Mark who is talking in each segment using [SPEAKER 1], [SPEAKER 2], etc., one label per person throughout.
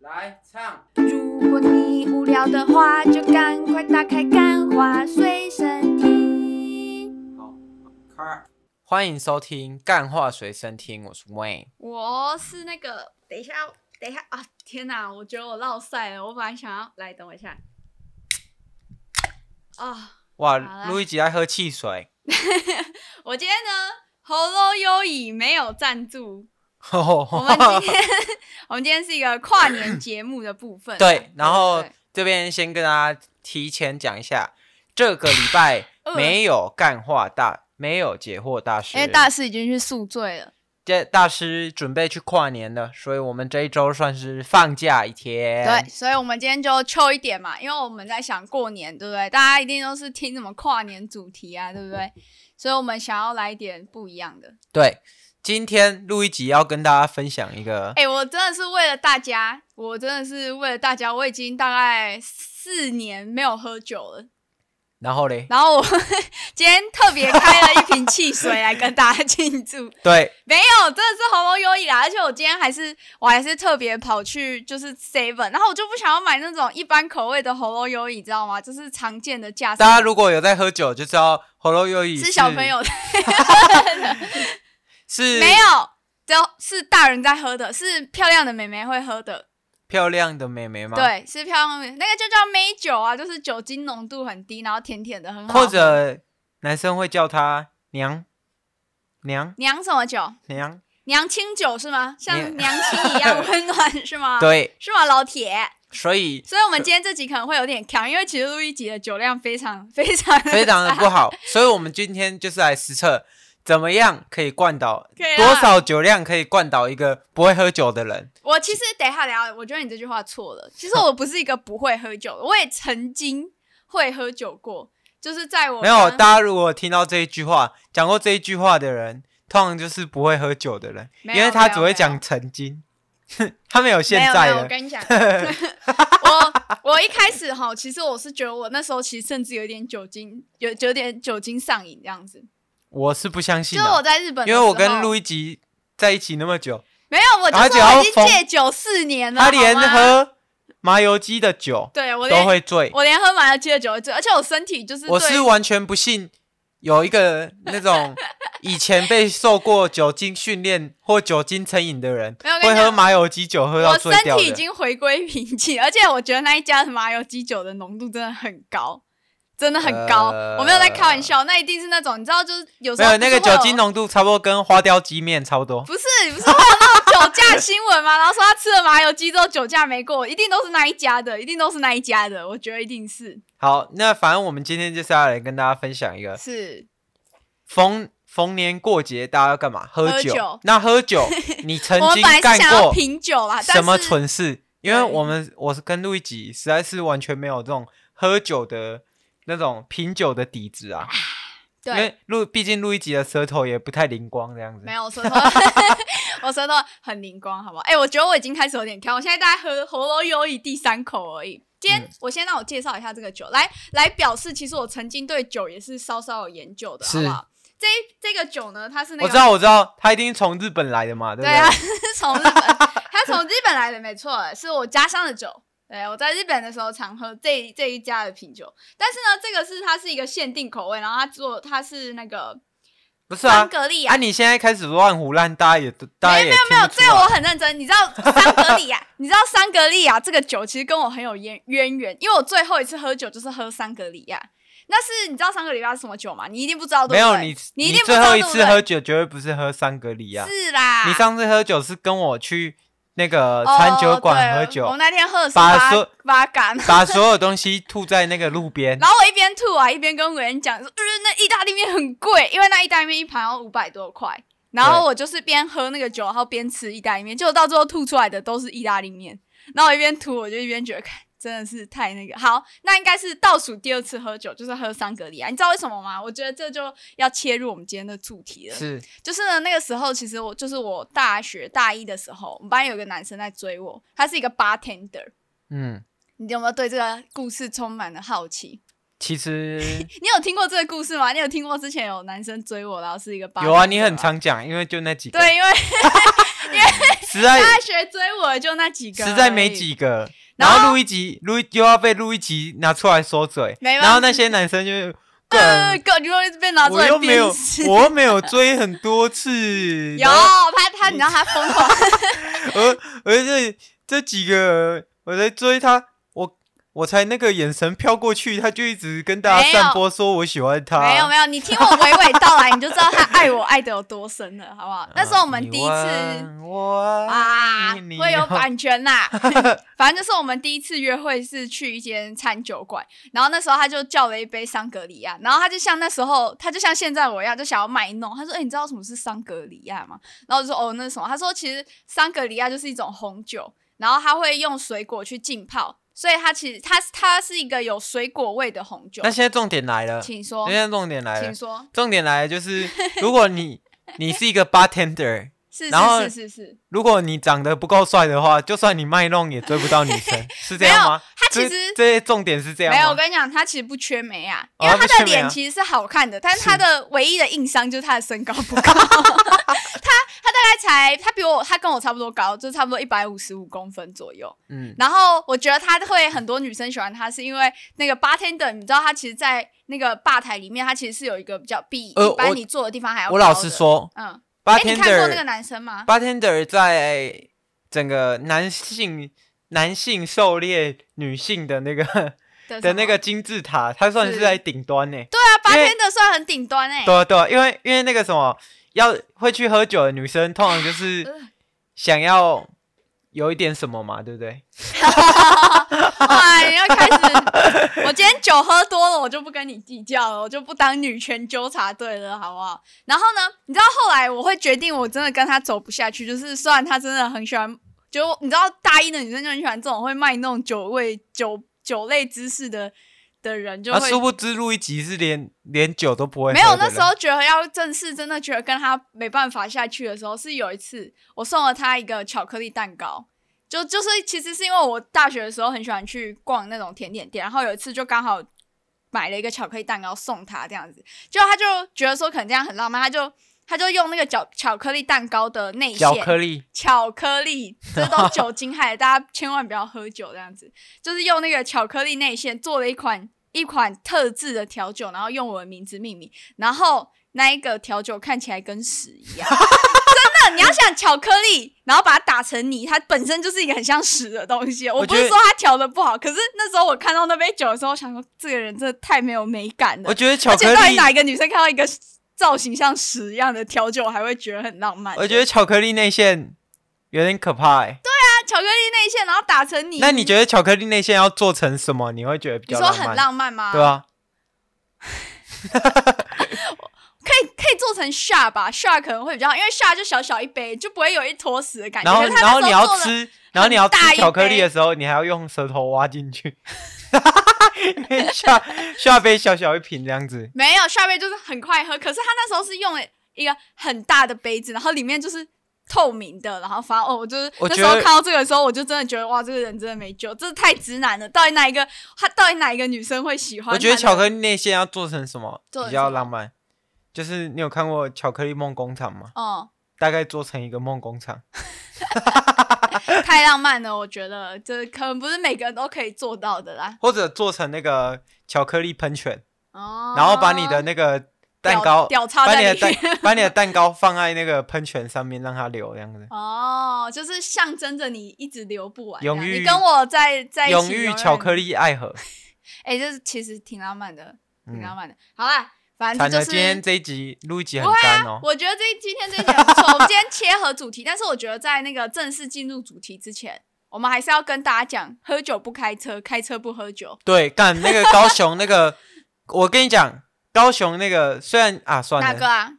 [SPEAKER 1] 来唱。
[SPEAKER 2] 如果你无聊的话，就赶快打开《干花随身听》。
[SPEAKER 1] 好，开。欢迎收听《干话随身听》，我是 Wayne。
[SPEAKER 2] 我是那个，等一下，等一下啊！天哪，我觉得我落赛了。我本来想要来，等我一下。啊，
[SPEAKER 1] 哇，
[SPEAKER 2] 啦
[SPEAKER 1] 录一集爱喝汽水，
[SPEAKER 2] 我今天呢，喉咙优以没有赞 助。我们今
[SPEAKER 1] 对，
[SPEAKER 2] 天，我们今天是一个跨年节目的部分啊。
[SPEAKER 1] 然后
[SPEAKER 2] 对
[SPEAKER 1] 这边先跟大家提前讲一下，这个礼拜
[SPEAKER 2] 呃
[SPEAKER 1] 没有干话大，没有解惑大师，
[SPEAKER 2] 因为大师已经去宿醉了。
[SPEAKER 1] 这大师准备去跨年了，所以我们这一周算是放假一天。
[SPEAKER 2] 对，，所以我们今天就 chill 一点嘛，因为我们在想过年，对不对？大家一定都是听什么跨年主题啊，对不对？所以我们想要来一点不一样的。
[SPEAKER 1] 对，今天录一集要跟大家分享一个，
[SPEAKER 2] 哎、我真的是为了大家，我真的是为了大家，我已经大概四年没有喝酒了。
[SPEAKER 1] 然后嘞，
[SPEAKER 2] 然后我 今天特别开了一瓶汽水来跟大家庆祝，
[SPEAKER 1] 对，
[SPEAKER 2] 没有，真的是喉咙优以啦。而且我今天还是我还是特别跑去就是 seven，然后我就不想要买那种一般口味的喉咙优以，知道吗？就是常见的价。
[SPEAKER 1] 大家如果有在喝酒，就知道喉咙有椅
[SPEAKER 2] 是小朋友的，
[SPEAKER 1] 是
[SPEAKER 2] 没有，只有是大人在喝的，是漂亮的妹妹会喝的，
[SPEAKER 1] 漂亮的妹妹吗？，
[SPEAKER 2] 对，是漂亮的妹妹，那个就叫美酒啊，就是酒精浓度很低，然后甜甜的，很好喝。
[SPEAKER 1] 或者男生会叫她娘娘
[SPEAKER 2] 娘什么酒？
[SPEAKER 1] 娘，
[SPEAKER 2] 娘清酒是吗？像
[SPEAKER 1] 娘
[SPEAKER 2] 娘亲一样温暖是吗？，
[SPEAKER 1] 对，
[SPEAKER 2] 是吗，老铁？
[SPEAKER 1] 所以
[SPEAKER 2] 所以，我们今天这集可能会有点强，因为其实录一集的酒量非常 非常
[SPEAKER 1] 非常的不 好，所以我们今天就是来实测。怎么样可以灌倒
[SPEAKER 2] 可以啦
[SPEAKER 1] 多少酒量可以灌倒一个不会喝酒的人？
[SPEAKER 2] 我其实等一下聊，我觉得你这句话错了。其实我不是一个不会喝酒的，我也曾经会喝酒过，就是在我
[SPEAKER 1] 没有，
[SPEAKER 2] 刚
[SPEAKER 1] 大家如果听到这一句话，讲过这一句话的人，通常就是不会喝酒的人，因
[SPEAKER 2] 没有
[SPEAKER 1] 为他只
[SPEAKER 2] 没有没
[SPEAKER 1] 会
[SPEAKER 2] 有
[SPEAKER 1] 讲曾经， 他没有现在
[SPEAKER 2] 没有没有，我
[SPEAKER 1] 了。
[SPEAKER 2] 跟 你讲，我我一开始哈，其实我是觉得我那时候其实甚至有点酒精，有有点酒精上瘾这样子。
[SPEAKER 1] 我是不相信
[SPEAKER 2] 就是我
[SPEAKER 1] 的，
[SPEAKER 2] 在日本的时
[SPEAKER 1] 因为
[SPEAKER 2] 候，
[SPEAKER 1] 我跟路易吉在一起那么久，
[SPEAKER 2] 没有，我就
[SPEAKER 1] 而且
[SPEAKER 2] 说
[SPEAKER 1] 他
[SPEAKER 2] 我已经
[SPEAKER 1] 疯
[SPEAKER 2] 戒酒四年了，
[SPEAKER 1] 他连
[SPEAKER 2] 好吗
[SPEAKER 1] 喝麻油鸡的酒
[SPEAKER 2] 对我
[SPEAKER 1] 都
[SPEAKER 2] 连
[SPEAKER 1] 会醉。
[SPEAKER 2] 我连喝麻油鸡的酒会醉，而且我身体就是
[SPEAKER 1] 我是
[SPEAKER 2] 对
[SPEAKER 1] 完全不信有一个那 种以前被受过酒精训练或酒精成瘾的人
[SPEAKER 2] 没有我跟
[SPEAKER 1] 会
[SPEAKER 2] 你
[SPEAKER 1] 喝
[SPEAKER 2] 讲。
[SPEAKER 1] 麻油鸡酒喝到
[SPEAKER 2] 我
[SPEAKER 1] 醉
[SPEAKER 2] 身
[SPEAKER 1] 掉
[SPEAKER 2] 体已
[SPEAKER 1] 的。
[SPEAKER 2] 经回归平静，而且我觉得那一家的麻油鸡酒的浓度真的很高，真的很高。
[SPEAKER 1] 呃
[SPEAKER 2] 我没有在开玩笑，那一定是那种你知道，就是有时
[SPEAKER 1] 没
[SPEAKER 2] 候
[SPEAKER 1] 有那个
[SPEAKER 2] 不是会
[SPEAKER 1] 酒
[SPEAKER 2] 有
[SPEAKER 1] 精浓度差不多跟花雕鸡面差不多。
[SPEAKER 2] 不是，不是会有那种酒驾新闻吗？然后说他吃了麻油鸡之后酒驾没过，一定都是那一家的，一定都是那一家的，我觉得一定是
[SPEAKER 1] 好，那反正我们今天就是要来跟大家分享一个
[SPEAKER 2] 是
[SPEAKER 1] 逢逢年过节大家要干嘛？喝
[SPEAKER 2] 喝
[SPEAKER 1] 酒。
[SPEAKER 2] 酒
[SPEAKER 1] 那喝酒，你曾
[SPEAKER 2] 我们
[SPEAKER 1] 经
[SPEAKER 2] 本来
[SPEAKER 1] 干
[SPEAKER 2] 是想要
[SPEAKER 1] 过
[SPEAKER 2] 品酒啦，啊但
[SPEAKER 1] 什
[SPEAKER 2] 是
[SPEAKER 1] 么蠢事？因为
[SPEAKER 2] 对
[SPEAKER 1] 我们我是跟路易吉实在是完全没有这种喝酒的那种品酒的底子啊。因
[SPEAKER 2] 对。
[SPEAKER 1] 为路毕竟路易吉的舌头也不太灵光这样子
[SPEAKER 2] 没。有，我舌头，我舌头很灵光，好不好？哎、我觉得我已经开始有点跳，我现在大概喝喉咙有以第三口而已。今天、
[SPEAKER 1] 嗯
[SPEAKER 2] 我先让我介绍一下这个酒，来来表示，其实我曾经对酒也是稍稍有研究的，好
[SPEAKER 1] 是
[SPEAKER 2] 不好？这这个酒呢，它是那个
[SPEAKER 1] 我知道，我知道，他一定从日本来的嘛，对不
[SPEAKER 2] 对啊，是 从日本，它从日本来的，没错，是我家乡的酒。对，我在日本的时候常喝这一这一家的品酒，但是呢，这个是它是一个限定口味，然后它做它是那个
[SPEAKER 1] 不是
[SPEAKER 2] 桑
[SPEAKER 1] 啊，
[SPEAKER 2] 格利亚
[SPEAKER 1] 啊，你现在开始乱胡乱，大家也都大家也没有
[SPEAKER 2] 没有，这个
[SPEAKER 1] 啊
[SPEAKER 2] 我很认真。你知道桑格利亚？你知道桑格利亚这个酒其实跟我很有渊渊源，因为我最后一次喝酒就是喝桑格利亚。那是你知道桑格利亚是什么酒吗？你一定不知道，对
[SPEAKER 1] 没
[SPEAKER 2] 不
[SPEAKER 1] 有
[SPEAKER 2] 对
[SPEAKER 1] 你，
[SPEAKER 2] 你一定不知
[SPEAKER 1] 最
[SPEAKER 2] 道
[SPEAKER 1] 后一
[SPEAKER 2] 对不
[SPEAKER 1] 次
[SPEAKER 2] 对
[SPEAKER 1] 喝酒绝对不是喝桑格利亚，
[SPEAKER 2] 是啦。
[SPEAKER 1] 你上次喝酒是跟我去那个
[SPEAKER 2] 哦
[SPEAKER 1] 餐酒馆喝
[SPEAKER 2] 对
[SPEAKER 1] 酒，
[SPEAKER 2] 我那天喝的是
[SPEAKER 1] 把
[SPEAKER 2] 八
[SPEAKER 1] 所
[SPEAKER 2] 八杆，
[SPEAKER 1] 把所有东西吐在那个路边。
[SPEAKER 2] 然后我一边吐啊，一边跟委员讲说，呃，那意大利面很贵，因为那意大利面一盘要五百多块。然后我就是边喝那个酒，然后边吃意大利面，结果到最后吐出来的都是意大利面。然后我一边吐，我就一边觉得，看真的是太那个。好，那应该是倒数第二次喝酒，就是喝桑格利啊亚。你知道为什么吗？我觉得这就要切入我们今天的主题了。
[SPEAKER 1] 是
[SPEAKER 2] 就是呢，那个时候，其实我就是我大学大一的时候，我们班有个男生在追我，他是一个 bartender。
[SPEAKER 1] 嗯，
[SPEAKER 2] 你有没有对这个故事充满了好奇？
[SPEAKER 1] 其 实
[SPEAKER 2] 你有听过这个故事吗？你有听过之前有男生追我，然后是一个八
[SPEAKER 1] 啊有啊，你很
[SPEAKER 2] 长
[SPEAKER 1] 常讲，因为就那几个，
[SPEAKER 2] 对，因为
[SPEAKER 1] 实 在
[SPEAKER 2] 大学追我的就那几个，
[SPEAKER 1] 实在没。几个。
[SPEAKER 2] 然
[SPEAKER 1] 然
[SPEAKER 2] 后
[SPEAKER 1] 后录一集，录一又要被录一集拿出来说嘴，
[SPEAKER 2] 没办法
[SPEAKER 1] 然后那些男生就，
[SPEAKER 2] 呃，
[SPEAKER 1] 干
[SPEAKER 2] 个你会被拿出
[SPEAKER 1] 我
[SPEAKER 2] 来
[SPEAKER 1] 又没有
[SPEAKER 2] 鞭尸。，
[SPEAKER 1] 我又没有追很多次，
[SPEAKER 2] 有
[SPEAKER 1] 然后
[SPEAKER 2] 他他，你知道他疯 狂，
[SPEAKER 1] 而而这这几个我在追他，我我才那个眼神飘过去，他就一直跟大
[SPEAKER 2] 没
[SPEAKER 1] 家
[SPEAKER 2] 有
[SPEAKER 1] 散播说我喜欢他，
[SPEAKER 2] 没有没有，你听我娓娓道来，你就知道他爱我爱的有多深了，好不好？那时候我们第一次。
[SPEAKER 1] 啊我
[SPEAKER 2] 啊
[SPEAKER 1] 啊，，
[SPEAKER 2] 会有版 权啦！反正就是我们第一次约会是去一间餐酒馆，然后那时候他就叫了一杯桑格里亚，然后他就像那时候，他就像现在我一样，就想要卖弄。他说：“哎、你知道什么是桑格里亚吗？”然后我就说：“哦，那是什么？”他说：“其实桑格里亚就是一种红酒，然后他会用水果去浸泡，所以它其实它它是一个有水果味的红酒
[SPEAKER 1] 那。”啊现在重点来了，现
[SPEAKER 2] 请说，
[SPEAKER 1] 在重点来了
[SPEAKER 2] 请，说，
[SPEAKER 1] 重点来了就是 如果你你是一个 bartender。
[SPEAKER 2] 是
[SPEAKER 1] 然后
[SPEAKER 2] 是是是是，
[SPEAKER 1] 如果你长得不够帅的话，就算你卖弄也追不到女 生，是这样吗？
[SPEAKER 2] 他其
[SPEAKER 1] 这
[SPEAKER 2] 实
[SPEAKER 1] 这些重点是这样
[SPEAKER 2] 没有，我
[SPEAKER 1] 吗？
[SPEAKER 2] 跟你讲，他其实不缺眉啊，
[SPEAKER 1] 哦
[SPEAKER 2] 因为
[SPEAKER 1] 他
[SPEAKER 2] 他
[SPEAKER 1] 不缺
[SPEAKER 2] 的
[SPEAKER 1] 眉啊
[SPEAKER 2] 脸其实是好看的，但是他的唯一的硬伤就是他的身高 不高。他他大概才他比我他跟我差不多高，就差不多一百五十五公分左右。
[SPEAKER 1] 嗯，
[SPEAKER 2] 然后我觉得他会很多女生喜欢他，是因为那个 bartender，你知道他其实，在那个吧台里面，他其实是有一个比较比
[SPEAKER 1] 呃
[SPEAKER 2] 一般
[SPEAKER 1] 我
[SPEAKER 2] 你坐的地方还要
[SPEAKER 1] 我
[SPEAKER 2] 高
[SPEAKER 1] 老
[SPEAKER 2] 的
[SPEAKER 1] 实，说
[SPEAKER 2] 嗯，哎，你看过那个
[SPEAKER 1] ，bartender
[SPEAKER 2] 男生吗？
[SPEAKER 1] bartender 在整个男性男性狩猎女性的 那个
[SPEAKER 2] 的
[SPEAKER 1] 的
[SPEAKER 2] 什
[SPEAKER 1] 那
[SPEAKER 2] 么
[SPEAKER 1] 个金字塔，它算
[SPEAKER 2] 是
[SPEAKER 1] 是在顶端呢。
[SPEAKER 2] 对啊
[SPEAKER 1] 因为
[SPEAKER 2] ，bartender 算很顶端哎、
[SPEAKER 1] 对啊对啊，因为因为那个什么，要会去喝酒的女生，通常就
[SPEAKER 2] 呃
[SPEAKER 1] 是想要有一点什么嘛，对不对？
[SPEAKER 2] 哇，哎你要开始！我今天酒喝多了，我就不跟你计较了，我就不当女权纠察队了，好不好？然后呢，你知道后来我会决定，我真的跟他走不下去，就是虽然他真的很喜欢，就你知道大一的女生就很喜欢这种会卖弄酒味、酒酒类知识的的人，就
[SPEAKER 1] 啊，
[SPEAKER 2] 会、
[SPEAKER 1] 殊不知录一集是连连酒都不会喝
[SPEAKER 2] 没有，
[SPEAKER 1] 的
[SPEAKER 2] 那
[SPEAKER 1] 人
[SPEAKER 2] 时候觉得要正式真的觉得跟他没办法下去的时候，是有一次我送了他一个巧克力蛋糕，就就是其实是因为我大学的时候很喜欢去逛那种甜点店，然后有一次就刚好买了一个巧克力蛋糕送他这样子，结果他就觉得说可能这样很浪漫，他就他就用那个巧巧克力蛋糕的内
[SPEAKER 1] 巧
[SPEAKER 2] 馅
[SPEAKER 1] 克力。
[SPEAKER 2] 巧克力，这都酒精害的，大家千万不要喝酒这样子。 就是用那个巧克力内馅做了一款一款特制的调酒，然后用我的名字命名，然后那一个调酒看起来跟屎一样。 真的，你要想巧克力，然后把它打成泥，它本身就是一个很像屎的东西。我
[SPEAKER 1] 我
[SPEAKER 2] 不
[SPEAKER 1] 觉
[SPEAKER 2] 是
[SPEAKER 1] 得
[SPEAKER 2] 说它调的不好，可是那时候我看到那杯酒的时候，我想说这个人真的太没有美感
[SPEAKER 1] 我
[SPEAKER 2] 了。
[SPEAKER 1] 觉得巧
[SPEAKER 2] 而且
[SPEAKER 1] 克
[SPEAKER 2] 到底
[SPEAKER 1] 力，
[SPEAKER 2] 哪一个女生看到一个造型像屎一样的调酒，还会觉得很浪漫？
[SPEAKER 1] 我觉得巧克力内馅有点可怕、欸。
[SPEAKER 2] 巧克力内馅，然后打成泥。
[SPEAKER 1] 那你觉得巧克力内馅要做成什么？你会觉得比
[SPEAKER 2] 你
[SPEAKER 1] 较
[SPEAKER 2] 说
[SPEAKER 1] 浪
[SPEAKER 2] 很
[SPEAKER 1] 漫？
[SPEAKER 2] 浪漫吗？
[SPEAKER 1] 对，啊，
[SPEAKER 2] 可以可以做成 shot 吧，shot 可能会比较好，因为 shot 就小小一杯，就不会有一坨屎的感觉。
[SPEAKER 1] 然后
[SPEAKER 2] 可是他那
[SPEAKER 1] 然后
[SPEAKER 2] 时候
[SPEAKER 1] 你要
[SPEAKER 2] 做了，
[SPEAKER 1] 吃，然后你要
[SPEAKER 2] 大
[SPEAKER 1] 吃
[SPEAKER 2] 一
[SPEAKER 1] 巧克力
[SPEAKER 2] 杯
[SPEAKER 1] 的时候，你还要用舌头挖进去， 因为下下杯小小一瓶这样子。
[SPEAKER 2] 没有 shot 杯就是很快喝，可是他那时候是用了一个很大的杯子，然后里面就是。透明的，然后反正哦，我就是
[SPEAKER 1] 我
[SPEAKER 2] 那
[SPEAKER 1] 觉
[SPEAKER 2] 时
[SPEAKER 1] 得
[SPEAKER 2] 候看到这个的时候，我就真的觉得哇，这个人真的没救，这太直男了。到底哪一个他到底哪一个女生会喜欢？
[SPEAKER 1] 我觉得巧克力内馅要做成什么
[SPEAKER 2] 做成
[SPEAKER 1] 比
[SPEAKER 2] 什
[SPEAKER 1] 较
[SPEAKER 2] 么
[SPEAKER 1] 浪漫？就是你有看过《巧克力梦工厂》吗？
[SPEAKER 2] 哦、
[SPEAKER 1] 大概做成一个梦工厂。
[SPEAKER 2] 太浪漫了，我觉得这可能不是每个人都可以做到的啦。
[SPEAKER 1] 或者做成那个巧克力喷泉，
[SPEAKER 2] 哦，
[SPEAKER 1] 然后把你的那个蛋糕
[SPEAKER 2] 屌屌插
[SPEAKER 1] 把
[SPEAKER 2] 在
[SPEAKER 1] 你的
[SPEAKER 2] 里面，
[SPEAKER 1] 蛋把你的蛋糕放在那个喷泉上面，让它流这样子。
[SPEAKER 2] 哦，就是象征着你一直流不完这样。
[SPEAKER 1] 永
[SPEAKER 2] 你
[SPEAKER 1] 浴
[SPEAKER 2] 跟我在在一起，
[SPEAKER 1] 永浴巧克
[SPEAKER 2] 力，
[SPEAKER 1] 力爱河，
[SPEAKER 2] 哎、这其实挺浪漫的，挺
[SPEAKER 1] 嗯，
[SPEAKER 2] 浪漫的。好啦，反正
[SPEAKER 1] 惨
[SPEAKER 2] 这
[SPEAKER 1] 了，
[SPEAKER 2] 就是
[SPEAKER 1] 今天这一集录一集很
[SPEAKER 2] 不会
[SPEAKER 1] 干哦。
[SPEAKER 2] 我觉得这今天这一集很不错，我们今天切合主题，但是我觉得在那个正式进入主题之前，我们还是要跟大家讲，喝酒不开车，开车不喝酒。
[SPEAKER 1] 对，干那个高雄那个，我跟你讲，高雄那个虽然啊算
[SPEAKER 2] 哪个
[SPEAKER 1] 了，
[SPEAKER 2] 啊？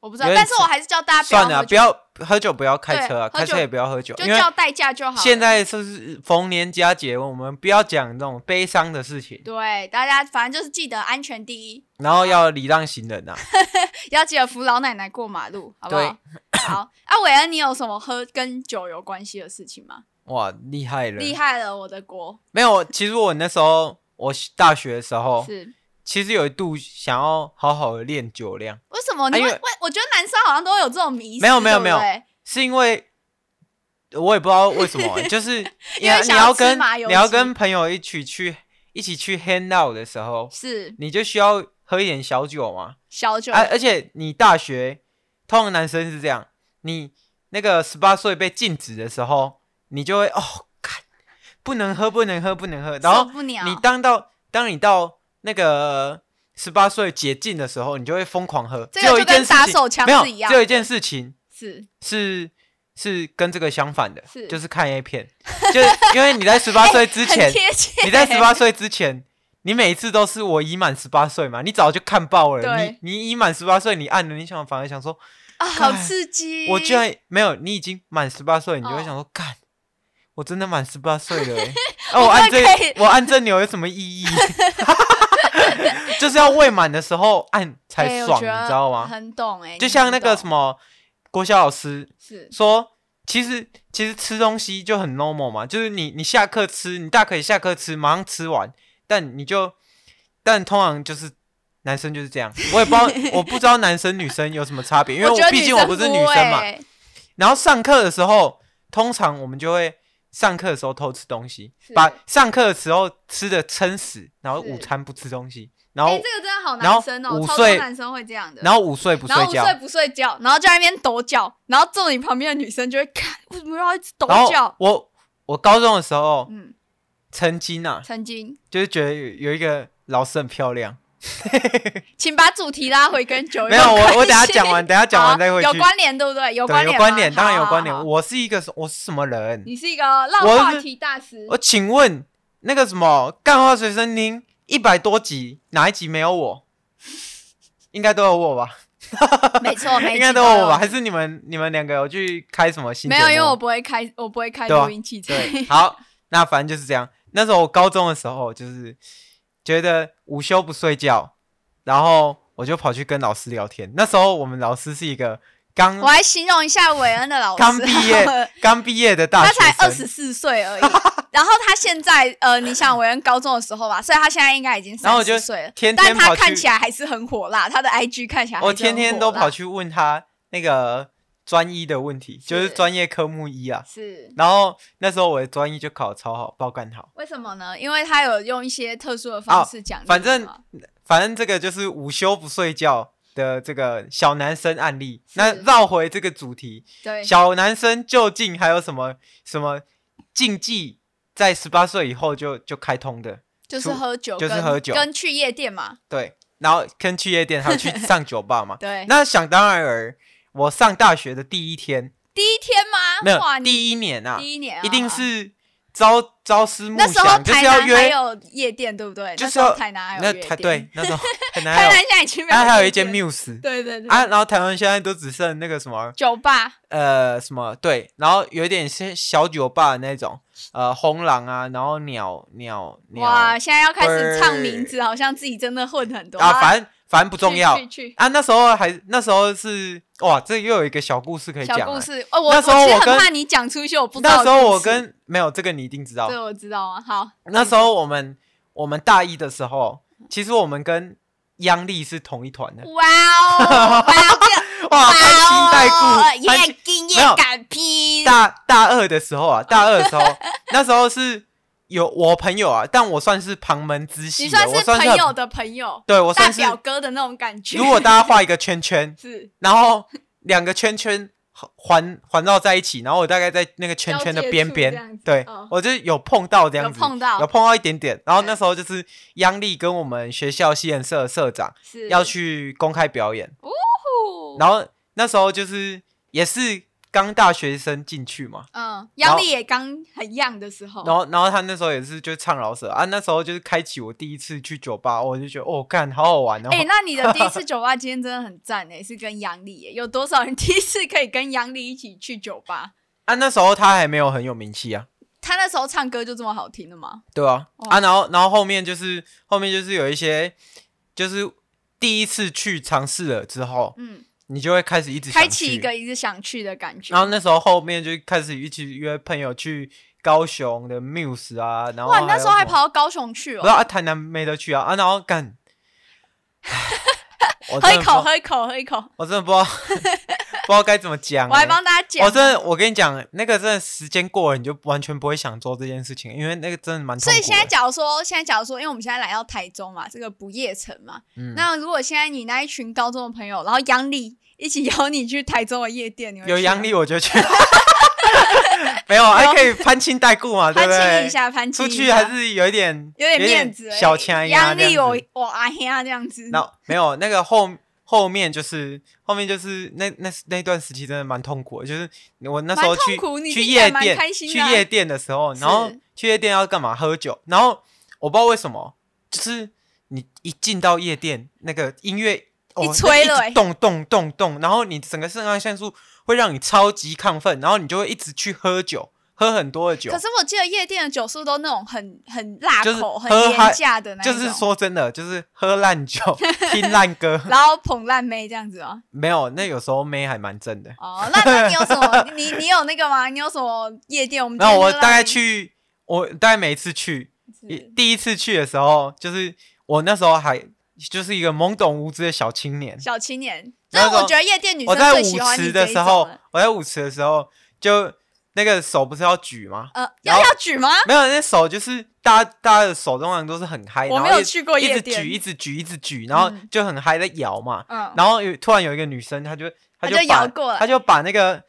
[SPEAKER 2] 我不知道，
[SPEAKER 1] 有点
[SPEAKER 2] 但是我还是叫大家不要
[SPEAKER 1] 算了，啊
[SPEAKER 2] 喝
[SPEAKER 1] 不
[SPEAKER 2] 酒，
[SPEAKER 1] 要喝酒，不要开车啊，
[SPEAKER 2] 对喝
[SPEAKER 1] 开
[SPEAKER 2] 酒
[SPEAKER 1] 车也不要喝酒，
[SPEAKER 2] 就
[SPEAKER 1] 因为
[SPEAKER 2] 叫代驾就好了。
[SPEAKER 1] 现在是不是逢年佳节，我们不要讲这种悲伤的事情，
[SPEAKER 2] 对大家，反正就是记得安全第一。
[SPEAKER 1] 然后要礼让行人啊。
[SPEAKER 2] 要记得扶老奶奶过马路，好不好？好，啊，韦恩，你有什么喝跟酒有关系的事情吗？
[SPEAKER 1] 哇，厉害了，
[SPEAKER 2] 厉害了，我的国
[SPEAKER 1] 没有，其实我那时候我大学的时候，
[SPEAKER 2] 是
[SPEAKER 1] 其实有一度想要好好的练酒量，
[SPEAKER 2] 为什么？你
[SPEAKER 1] 啊因
[SPEAKER 2] 会
[SPEAKER 1] 为
[SPEAKER 2] 为我觉得男生好像都会有这种迷思，
[SPEAKER 1] 没有没有
[SPEAKER 2] 对不对
[SPEAKER 1] 是因为我也不知道为什么、 就是你要你
[SPEAKER 2] 想要
[SPEAKER 1] 要
[SPEAKER 2] 吃
[SPEAKER 1] 跟
[SPEAKER 2] 麻油
[SPEAKER 1] 你要
[SPEAKER 2] 鸡
[SPEAKER 1] 跟朋友一起去一起去 hang out 的时候，
[SPEAKER 2] 是
[SPEAKER 1] 你就需要喝一点小酒嘛。
[SPEAKER 2] 小酒，
[SPEAKER 1] 啊，而且你大学通常男生是这样，你那个十八岁被禁止的时候，你就会哦，看不能喝，不能喝，不能喝。然
[SPEAKER 2] 受
[SPEAKER 1] 后
[SPEAKER 2] 不了
[SPEAKER 1] 你当到当你到那个十八岁解禁的时候，你就会疯狂喝。
[SPEAKER 2] 这
[SPEAKER 1] 只有
[SPEAKER 2] 个
[SPEAKER 1] 一
[SPEAKER 2] 就
[SPEAKER 1] 件
[SPEAKER 2] 跟
[SPEAKER 1] 事
[SPEAKER 2] 打
[SPEAKER 1] 情
[SPEAKER 2] 手枪
[SPEAKER 1] 没有，
[SPEAKER 2] 是一样
[SPEAKER 1] 只有一
[SPEAKER 2] 的
[SPEAKER 1] 件事情
[SPEAKER 2] 是
[SPEAKER 1] 是是跟这个相反的，
[SPEAKER 2] 是
[SPEAKER 1] 就是看 A 片， 就是因为你在十八岁之
[SPEAKER 2] 很
[SPEAKER 1] 前，
[SPEAKER 2] 贴切。
[SPEAKER 1] 你在十八岁之前，你每一次都是我已满十八岁嘛，你早就看爆了。你
[SPEAKER 2] 对
[SPEAKER 1] 你已满十八岁，你按了，你想反而想说，
[SPEAKER 2] 啊，好
[SPEAKER 1] 干
[SPEAKER 2] 刺激！
[SPEAKER 1] 哎我居然没有，你已经满十八岁，你就会
[SPEAKER 2] 哦
[SPEAKER 1] 想说，干、我真的满十八岁 了、欸，啊，我
[SPEAKER 2] 我
[SPEAKER 1] 按
[SPEAKER 2] 不会
[SPEAKER 1] 这
[SPEAKER 2] 可以
[SPEAKER 1] 我按这钮有什么 意义？ 就是要未满的时候按才
[SPEAKER 2] 哎我
[SPEAKER 1] 爽，
[SPEAKER 2] 觉
[SPEAKER 1] 你
[SPEAKER 2] 得
[SPEAKER 1] 知道吗？
[SPEAKER 2] 很懂哎，
[SPEAKER 1] 就像那个什
[SPEAKER 2] 么
[SPEAKER 1] 么郭晓老师，
[SPEAKER 2] 是
[SPEAKER 1] 说，其实其实吃东西就很 normal 嘛，就是你你下课吃，你大可以下课吃，马上吃完，但你就但通常就是男生就是这样，我也不知道 我不知道男生女生有什么差别，因为
[SPEAKER 2] 我觉得
[SPEAKER 1] 毕
[SPEAKER 2] 女哎
[SPEAKER 1] 竟我不是女
[SPEAKER 2] 会
[SPEAKER 1] 生嘛。然后上课的时候，通常我们就会上课的时候偷吃东西，
[SPEAKER 2] 是
[SPEAKER 1] 把上课的时候吃的撑死，然后
[SPEAKER 2] 是
[SPEAKER 1] 午餐不吃东西，然后、
[SPEAKER 2] 哎，这个真的好
[SPEAKER 1] 然后
[SPEAKER 2] 男生哦，
[SPEAKER 1] 午
[SPEAKER 2] 超多
[SPEAKER 1] 睡
[SPEAKER 2] 男生会这样的。
[SPEAKER 1] 然后午睡不睡
[SPEAKER 2] 然后午
[SPEAKER 1] 觉，
[SPEAKER 2] 睡不睡觉，然后就在那边抖脚，然后坐你旁边的女生就会看，为什么要一直抖
[SPEAKER 1] 然后
[SPEAKER 2] 脚？
[SPEAKER 1] 我我高中的时候
[SPEAKER 2] 嗯，
[SPEAKER 1] 曾经啊，
[SPEAKER 2] 曾经，
[SPEAKER 1] 就是觉得有有一个老师很漂亮。
[SPEAKER 2] 请把主题拉回跟 酒
[SPEAKER 1] 没有，我我等下
[SPEAKER 2] 关系
[SPEAKER 1] 讲 完，等下讲完再回去。
[SPEAKER 2] 好有关联对不对？有
[SPEAKER 1] 对
[SPEAKER 2] 关联
[SPEAKER 1] 有
[SPEAKER 2] 吗，
[SPEAKER 1] 关联，当然有
[SPEAKER 2] 好
[SPEAKER 1] 关。
[SPEAKER 2] 好
[SPEAKER 1] 联。
[SPEAKER 2] 好
[SPEAKER 1] 我是一个什我是什么人？
[SPEAKER 2] 你是一个浪
[SPEAKER 1] 我
[SPEAKER 2] 话
[SPEAKER 1] 是
[SPEAKER 2] 题大师，
[SPEAKER 1] 我请问那个什么干话随身听一百多集，哪一集没有我？应该都有我吧？
[SPEAKER 2] 没 错，没
[SPEAKER 1] 应该都有
[SPEAKER 2] 哎
[SPEAKER 1] 我吧？还是你们你们两个有去开什么新节
[SPEAKER 2] 没
[SPEAKER 1] 目？
[SPEAKER 2] 有，因为我不会开，我不会开
[SPEAKER 1] 对啊
[SPEAKER 2] 录音器材。
[SPEAKER 1] 对，好，那反正就是这样。那时候我高中的时候，就是觉得午休不睡觉，然后我就跑去跟老师聊天。那时候我们老师是一个刚
[SPEAKER 2] 我还形容一下韦恩的老师，
[SPEAKER 1] 刚毕 业刚毕业的大
[SPEAKER 2] 他
[SPEAKER 1] 学生，
[SPEAKER 2] 才二十四岁而已。然后他现在，呃，你想韦恩高中的时候吧，所以他现在应该已经
[SPEAKER 1] 然后
[SPEAKER 2] 三
[SPEAKER 1] 我就
[SPEAKER 2] 十岁了，
[SPEAKER 1] 天天
[SPEAKER 2] 但他
[SPEAKER 1] 跑去
[SPEAKER 2] 看起来还是很火辣，他的 IG 看起来还是
[SPEAKER 1] 我
[SPEAKER 2] 很
[SPEAKER 1] 天天都
[SPEAKER 2] 火辣
[SPEAKER 1] 跑去问他那个专一的问题，就是
[SPEAKER 2] 是
[SPEAKER 1] 专业科目一啊。
[SPEAKER 2] 是。
[SPEAKER 1] 然后那时候我的专一就考得超好，爆干好。
[SPEAKER 2] 为什么呢？因为他有用一些特殊的方式讲、
[SPEAKER 1] 哦反正反正这个就是午休不睡觉的这个小男生案例。
[SPEAKER 2] 是
[SPEAKER 1] 那绕回这个主题，
[SPEAKER 2] 对
[SPEAKER 1] 小男生究竟还有什么什么禁忌，在十八岁以后就就开通的？
[SPEAKER 2] 就是喝酒
[SPEAKER 1] 就
[SPEAKER 2] 跟，
[SPEAKER 1] 是喝酒
[SPEAKER 2] 跟去夜店嘛。
[SPEAKER 1] 对，然后跟去夜店，还有去上酒吧嘛。
[SPEAKER 2] 对，
[SPEAKER 1] 那想当然而，我上大学的第一天，
[SPEAKER 2] 第一天吗？
[SPEAKER 1] 没有
[SPEAKER 2] 哇，你
[SPEAKER 1] 第一年啊，
[SPEAKER 2] 第一年啊、
[SPEAKER 1] 一定是朝朝思暮
[SPEAKER 2] 那时候
[SPEAKER 1] 想，就是
[SPEAKER 2] 台
[SPEAKER 1] 要
[SPEAKER 2] 南还
[SPEAKER 1] 约
[SPEAKER 2] 有夜店，对不对？
[SPEAKER 1] 就是
[SPEAKER 2] 那时候
[SPEAKER 1] 要
[SPEAKER 2] 台南还有
[SPEAKER 1] 那
[SPEAKER 2] 夜
[SPEAKER 1] 台
[SPEAKER 2] 店，
[SPEAKER 1] 对，那 时候台南
[SPEAKER 2] 台南
[SPEAKER 1] 还有，
[SPEAKER 2] 现在已经没有夜
[SPEAKER 1] 然
[SPEAKER 2] 店，
[SPEAKER 1] 后还有一间 Muse
[SPEAKER 2] 对对对
[SPEAKER 1] 啊，然后台湾现在都只剩那个什么
[SPEAKER 2] 酒吧
[SPEAKER 1] 呃什么对，然后有点像小酒吧的那种呃红狼啊，然后鸟鸟鸟
[SPEAKER 2] 哇，
[SPEAKER 1] 啊，
[SPEAKER 2] 现在要开始唱名
[SPEAKER 1] 对
[SPEAKER 2] 字，好像自己真的混很多
[SPEAKER 1] 啊反正反正不
[SPEAKER 2] 不
[SPEAKER 1] 重要
[SPEAKER 2] 去去
[SPEAKER 1] 啊。那时候还那时候是哇，这又有一个小故事可以
[SPEAKER 2] 小
[SPEAKER 1] 讲
[SPEAKER 2] 故
[SPEAKER 1] 啊。
[SPEAKER 2] 事哦，我
[SPEAKER 1] 那时候
[SPEAKER 2] 我其实
[SPEAKER 1] 我跟
[SPEAKER 2] 很怕你讲出去，我不知道
[SPEAKER 1] 那
[SPEAKER 2] 的
[SPEAKER 1] 时候我
[SPEAKER 2] 故事
[SPEAKER 1] 跟没有这个你一定知道，
[SPEAKER 2] 这我知道啊，好，
[SPEAKER 1] 那时候我们我们大一的时候，其实我们跟央丽是同一团的，
[SPEAKER 2] 哇哦，哇哦，
[SPEAKER 1] 哇，
[SPEAKER 2] 哇
[SPEAKER 1] 攀亲带
[SPEAKER 2] 哦，
[SPEAKER 1] 故，攀
[SPEAKER 2] 也
[SPEAKER 1] 亲
[SPEAKER 2] 惊
[SPEAKER 1] 没有
[SPEAKER 2] 也敢 拼，
[SPEAKER 1] 大大二的时候 啊，大二的时候，那时候是有我朋友啊，但我算是旁门之
[SPEAKER 2] 你
[SPEAKER 1] 系的，
[SPEAKER 2] 算
[SPEAKER 1] 我
[SPEAKER 2] 是
[SPEAKER 1] 算是
[SPEAKER 2] 朋
[SPEAKER 1] 很
[SPEAKER 2] 友的朋友，
[SPEAKER 1] 对我
[SPEAKER 2] 大
[SPEAKER 1] 算是，
[SPEAKER 2] 表哥的那种感觉。
[SPEAKER 1] 如果大家画一个圈圈，
[SPEAKER 2] 是
[SPEAKER 1] 然后两个圈圈环环绕在一起，然后我大概在那个圈圈的边
[SPEAKER 2] 交界处这样
[SPEAKER 1] 边
[SPEAKER 2] 子，
[SPEAKER 1] 对、
[SPEAKER 2] 哦
[SPEAKER 1] 我就是有碰到这
[SPEAKER 2] 有
[SPEAKER 1] 样子，
[SPEAKER 2] 碰到
[SPEAKER 1] 有碰到一点点。然后那
[SPEAKER 2] 对
[SPEAKER 1] 时候就是央丽跟我们学校戏演社的社长
[SPEAKER 2] 是哦
[SPEAKER 1] 要，去公开表演，
[SPEAKER 2] 呼
[SPEAKER 1] 然后那时候就是也是刚大学生进去嘛，
[SPEAKER 2] 嗯，
[SPEAKER 1] 然
[SPEAKER 2] 杨
[SPEAKER 1] 后
[SPEAKER 2] 丽也刚很样的时候，
[SPEAKER 1] 然后然后他那时候也是就唱老舍啊，那时候就是开启我第一次去酒吧，我就觉得哦，干好好玩哦。
[SPEAKER 2] 哎、那你的第一次酒吧今天真的很赞哎、是跟杨丽耶，有多少人第一次可以跟杨丽一起去酒吧？
[SPEAKER 1] 啊，那时候他还没有很有名气啊，
[SPEAKER 2] 他那时候唱歌就这么好听了吗？
[SPEAKER 1] 对啊
[SPEAKER 2] 哦
[SPEAKER 1] 啊，然后然后后面就是后面就是有一些就是第一次去尝试了之后，
[SPEAKER 2] 嗯，
[SPEAKER 1] 你就会开始一直
[SPEAKER 2] 开
[SPEAKER 1] 想
[SPEAKER 2] 启一
[SPEAKER 1] 去
[SPEAKER 2] 个一直想去的感觉。
[SPEAKER 1] 然后那时候后面就开始一起约朋友去高雄的 Muse 啊，然后
[SPEAKER 2] 哇，你那时候还
[SPEAKER 1] 有什么
[SPEAKER 2] 跑到高雄去
[SPEAKER 1] 不知
[SPEAKER 2] 哦，
[SPEAKER 1] 道啊，台南没得去啊啊，然后 干，唉我
[SPEAKER 2] 喝
[SPEAKER 1] 真
[SPEAKER 2] 一
[SPEAKER 1] 的
[SPEAKER 2] 口，
[SPEAKER 1] 不知道，
[SPEAKER 2] 喝一口，喝一口，
[SPEAKER 1] 我真的不知道， 不知道该怎么讲、
[SPEAKER 2] 我还
[SPEAKER 1] 欸
[SPEAKER 2] 帮大家讲，
[SPEAKER 1] 我、真的，我跟你讲，那个真的时间过了，你就完全不会想做这件事情，因为那个真的蛮痛
[SPEAKER 2] 所以
[SPEAKER 1] 苦欸
[SPEAKER 2] 现在
[SPEAKER 1] 的
[SPEAKER 2] 假如说，现在假如说，因为我们现在来到台中嘛，这个不夜城嘛，
[SPEAKER 1] 嗯
[SPEAKER 2] 那如果现在你那一群高中的朋友，然后杨丽一起邀你去台中的夜店，你会
[SPEAKER 1] 有
[SPEAKER 2] 去
[SPEAKER 1] 杨
[SPEAKER 2] 吗
[SPEAKER 1] 丽我就 去，没有还可以攀亲带故嘛，对
[SPEAKER 2] 攀
[SPEAKER 1] 不
[SPEAKER 2] 亲
[SPEAKER 1] 对
[SPEAKER 2] 一？下，攀亲
[SPEAKER 1] 出
[SPEAKER 2] 一
[SPEAKER 1] 去
[SPEAKER 2] 下
[SPEAKER 1] 还是有一点
[SPEAKER 2] 有点面子而已，
[SPEAKER 1] 小强啊
[SPEAKER 2] 杨丽我
[SPEAKER 1] 有。
[SPEAKER 2] 我阿兄啊这样子，
[SPEAKER 1] 那没有那个后后面就是后面就是那那那段时期真的蛮痛苦的，就是我那时候
[SPEAKER 2] 蛮痛
[SPEAKER 1] 去
[SPEAKER 2] 苦你
[SPEAKER 1] 去
[SPEAKER 2] 听起来
[SPEAKER 1] 夜
[SPEAKER 2] 蛮
[SPEAKER 1] 店
[SPEAKER 2] 开心
[SPEAKER 1] 去
[SPEAKER 2] 的啊
[SPEAKER 1] 夜店的时候，然后
[SPEAKER 2] 是
[SPEAKER 1] 去夜店要干嘛？喝酒，然后我不知道为什么，就是你一进到夜店，那个音乐。哦、
[SPEAKER 2] 一吹了
[SPEAKER 1] 那个一
[SPEAKER 2] 欸
[SPEAKER 1] 直动动动动，然后你整个肾上腺素会让你超级亢奋，然后你就会一直去喝酒，喝很多的酒
[SPEAKER 2] 可。是我记得夜店的酒数都那种很很辣
[SPEAKER 1] 就是
[SPEAKER 2] 口、
[SPEAKER 1] 喝
[SPEAKER 2] 很
[SPEAKER 1] 嗨
[SPEAKER 2] 廉价的那一
[SPEAKER 1] 就
[SPEAKER 2] 种，
[SPEAKER 1] 是说真的，就是喝烂酒， 听烂歌，
[SPEAKER 2] 然后捧烂妹这样子哦吗？
[SPEAKER 1] 没有。那有时候妹还蛮正的。
[SPEAKER 2] 哦，那那你有什 么？你你有那个吗？你有什么夜店？我们
[SPEAKER 1] 然后
[SPEAKER 2] 今天
[SPEAKER 1] 我
[SPEAKER 2] 就
[SPEAKER 1] 大概
[SPEAKER 2] 让你
[SPEAKER 1] 去，我大概每一次去，一
[SPEAKER 2] 是
[SPEAKER 1] 第一次去的时候，就是我那时候还就是一个懵懂无知的小青年。
[SPEAKER 2] 小青年，
[SPEAKER 1] 那
[SPEAKER 2] 但
[SPEAKER 1] 时候
[SPEAKER 2] 我觉得夜店女
[SPEAKER 1] 我
[SPEAKER 2] 生
[SPEAKER 1] 在
[SPEAKER 2] 最
[SPEAKER 1] 舞
[SPEAKER 2] 喜欢你
[SPEAKER 1] 池
[SPEAKER 2] 这
[SPEAKER 1] 的
[SPEAKER 2] 一
[SPEAKER 1] 时
[SPEAKER 2] 种
[SPEAKER 1] 候
[SPEAKER 2] 了，
[SPEAKER 1] 我在舞池的时候，就那个手不是要举吗？
[SPEAKER 2] 呃，
[SPEAKER 1] 然
[SPEAKER 2] 要
[SPEAKER 1] 后
[SPEAKER 2] 要举吗？
[SPEAKER 1] 没有，那手就是大家大家的手通常都是很嗨，
[SPEAKER 2] 我
[SPEAKER 1] 然
[SPEAKER 2] 没
[SPEAKER 1] 后
[SPEAKER 2] 有
[SPEAKER 1] 一
[SPEAKER 2] 去过
[SPEAKER 1] 一
[SPEAKER 2] 夜
[SPEAKER 1] 直
[SPEAKER 2] 店
[SPEAKER 1] 举，一直举，一直举，然后
[SPEAKER 2] 嗯
[SPEAKER 1] 就很嗨在摇嘛。
[SPEAKER 2] 嗯，
[SPEAKER 1] 然后有突然有一个女生，她就她
[SPEAKER 2] 她
[SPEAKER 1] 就
[SPEAKER 2] 就
[SPEAKER 1] 把
[SPEAKER 2] 摇过来
[SPEAKER 1] 她就把那个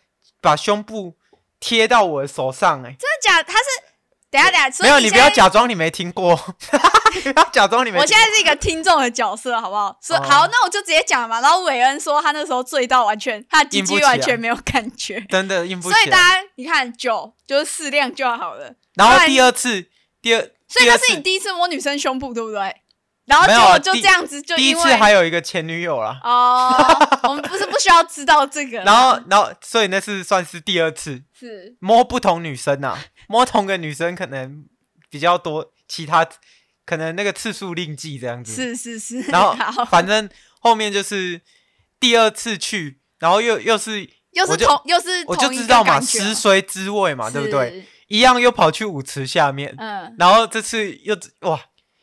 [SPEAKER 1] 把胸部贴到我的手上，哎，
[SPEAKER 2] 真的假？他是等一下等一下，所
[SPEAKER 1] 没
[SPEAKER 2] 以
[SPEAKER 1] 有，你不
[SPEAKER 2] 现
[SPEAKER 1] 要
[SPEAKER 2] 在
[SPEAKER 1] 假装你没听过， 你不要假装你没听过。
[SPEAKER 2] 我现在是一个听众的角色，好不好？说、
[SPEAKER 1] 哦
[SPEAKER 2] 好，那我就直接讲嘛。然后韦恩说他那时候醉到完全，他的鸡
[SPEAKER 1] 硬不
[SPEAKER 2] 鸡
[SPEAKER 1] 起来
[SPEAKER 2] 完全没有感觉，
[SPEAKER 1] 真的硬不
[SPEAKER 2] 所
[SPEAKER 1] 起
[SPEAKER 2] 以
[SPEAKER 1] 来。
[SPEAKER 2] 大家你看酒就是适量就好了。
[SPEAKER 1] 然后
[SPEAKER 2] 不然
[SPEAKER 1] 第二次，第二，
[SPEAKER 2] 所
[SPEAKER 1] 第
[SPEAKER 2] 以那
[SPEAKER 1] 二
[SPEAKER 2] 是
[SPEAKER 1] 次
[SPEAKER 2] 你第一次摸女生胸部，对不对？然后
[SPEAKER 1] 没
[SPEAKER 2] 结
[SPEAKER 1] 有啊
[SPEAKER 2] 果就
[SPEAKER 1] 第
[SPEAKER 2] 这样子，就
[SPEAKER 1] 第一
[SPEAKER 2] 因
[SPEAKER 1] 次还
[SPEAKER 2] 为
[SPEAKER 1] 有一个前女友啦。
[SPEAKER 2] 哦，我们 不是不需要知道这个，
[SPEAKER 1] 然后，然后，所以那次算是第二次
[SPEAKER 2] 是
[SPEAKER 1] 摸不同女生啊，摸同个女生可能比较多，其他可能那个次数另计这样子。
[SPEAKER 2] 是是是，
[SPEAKER 1] 嗯然后
[SPEAKER 2] 好
[SPEAKER 1] 反正后面就是第二次去，然后又又是
[SPEAKER 2] 又 是
[SPEAKER 1] 我就
[SPEAKER 2] 同又是
[SPEAKER 1] 我就
[SPEAKER 2] 同一
[SPEAKER 1] 知
[SPEAKER 2] 个
[SPEAKER 1] 道嘛，
[SPEAKER 2] 感觉啊
[SPEAKER 1] 食髓知味嘛，对不对？
[SPEAKER 2] 是？
[SPEAKER 1] 一样又跑去舞池下面，
[SPEAKER 2] 嗯，
[SPEAKER 1] 然后这次又哇，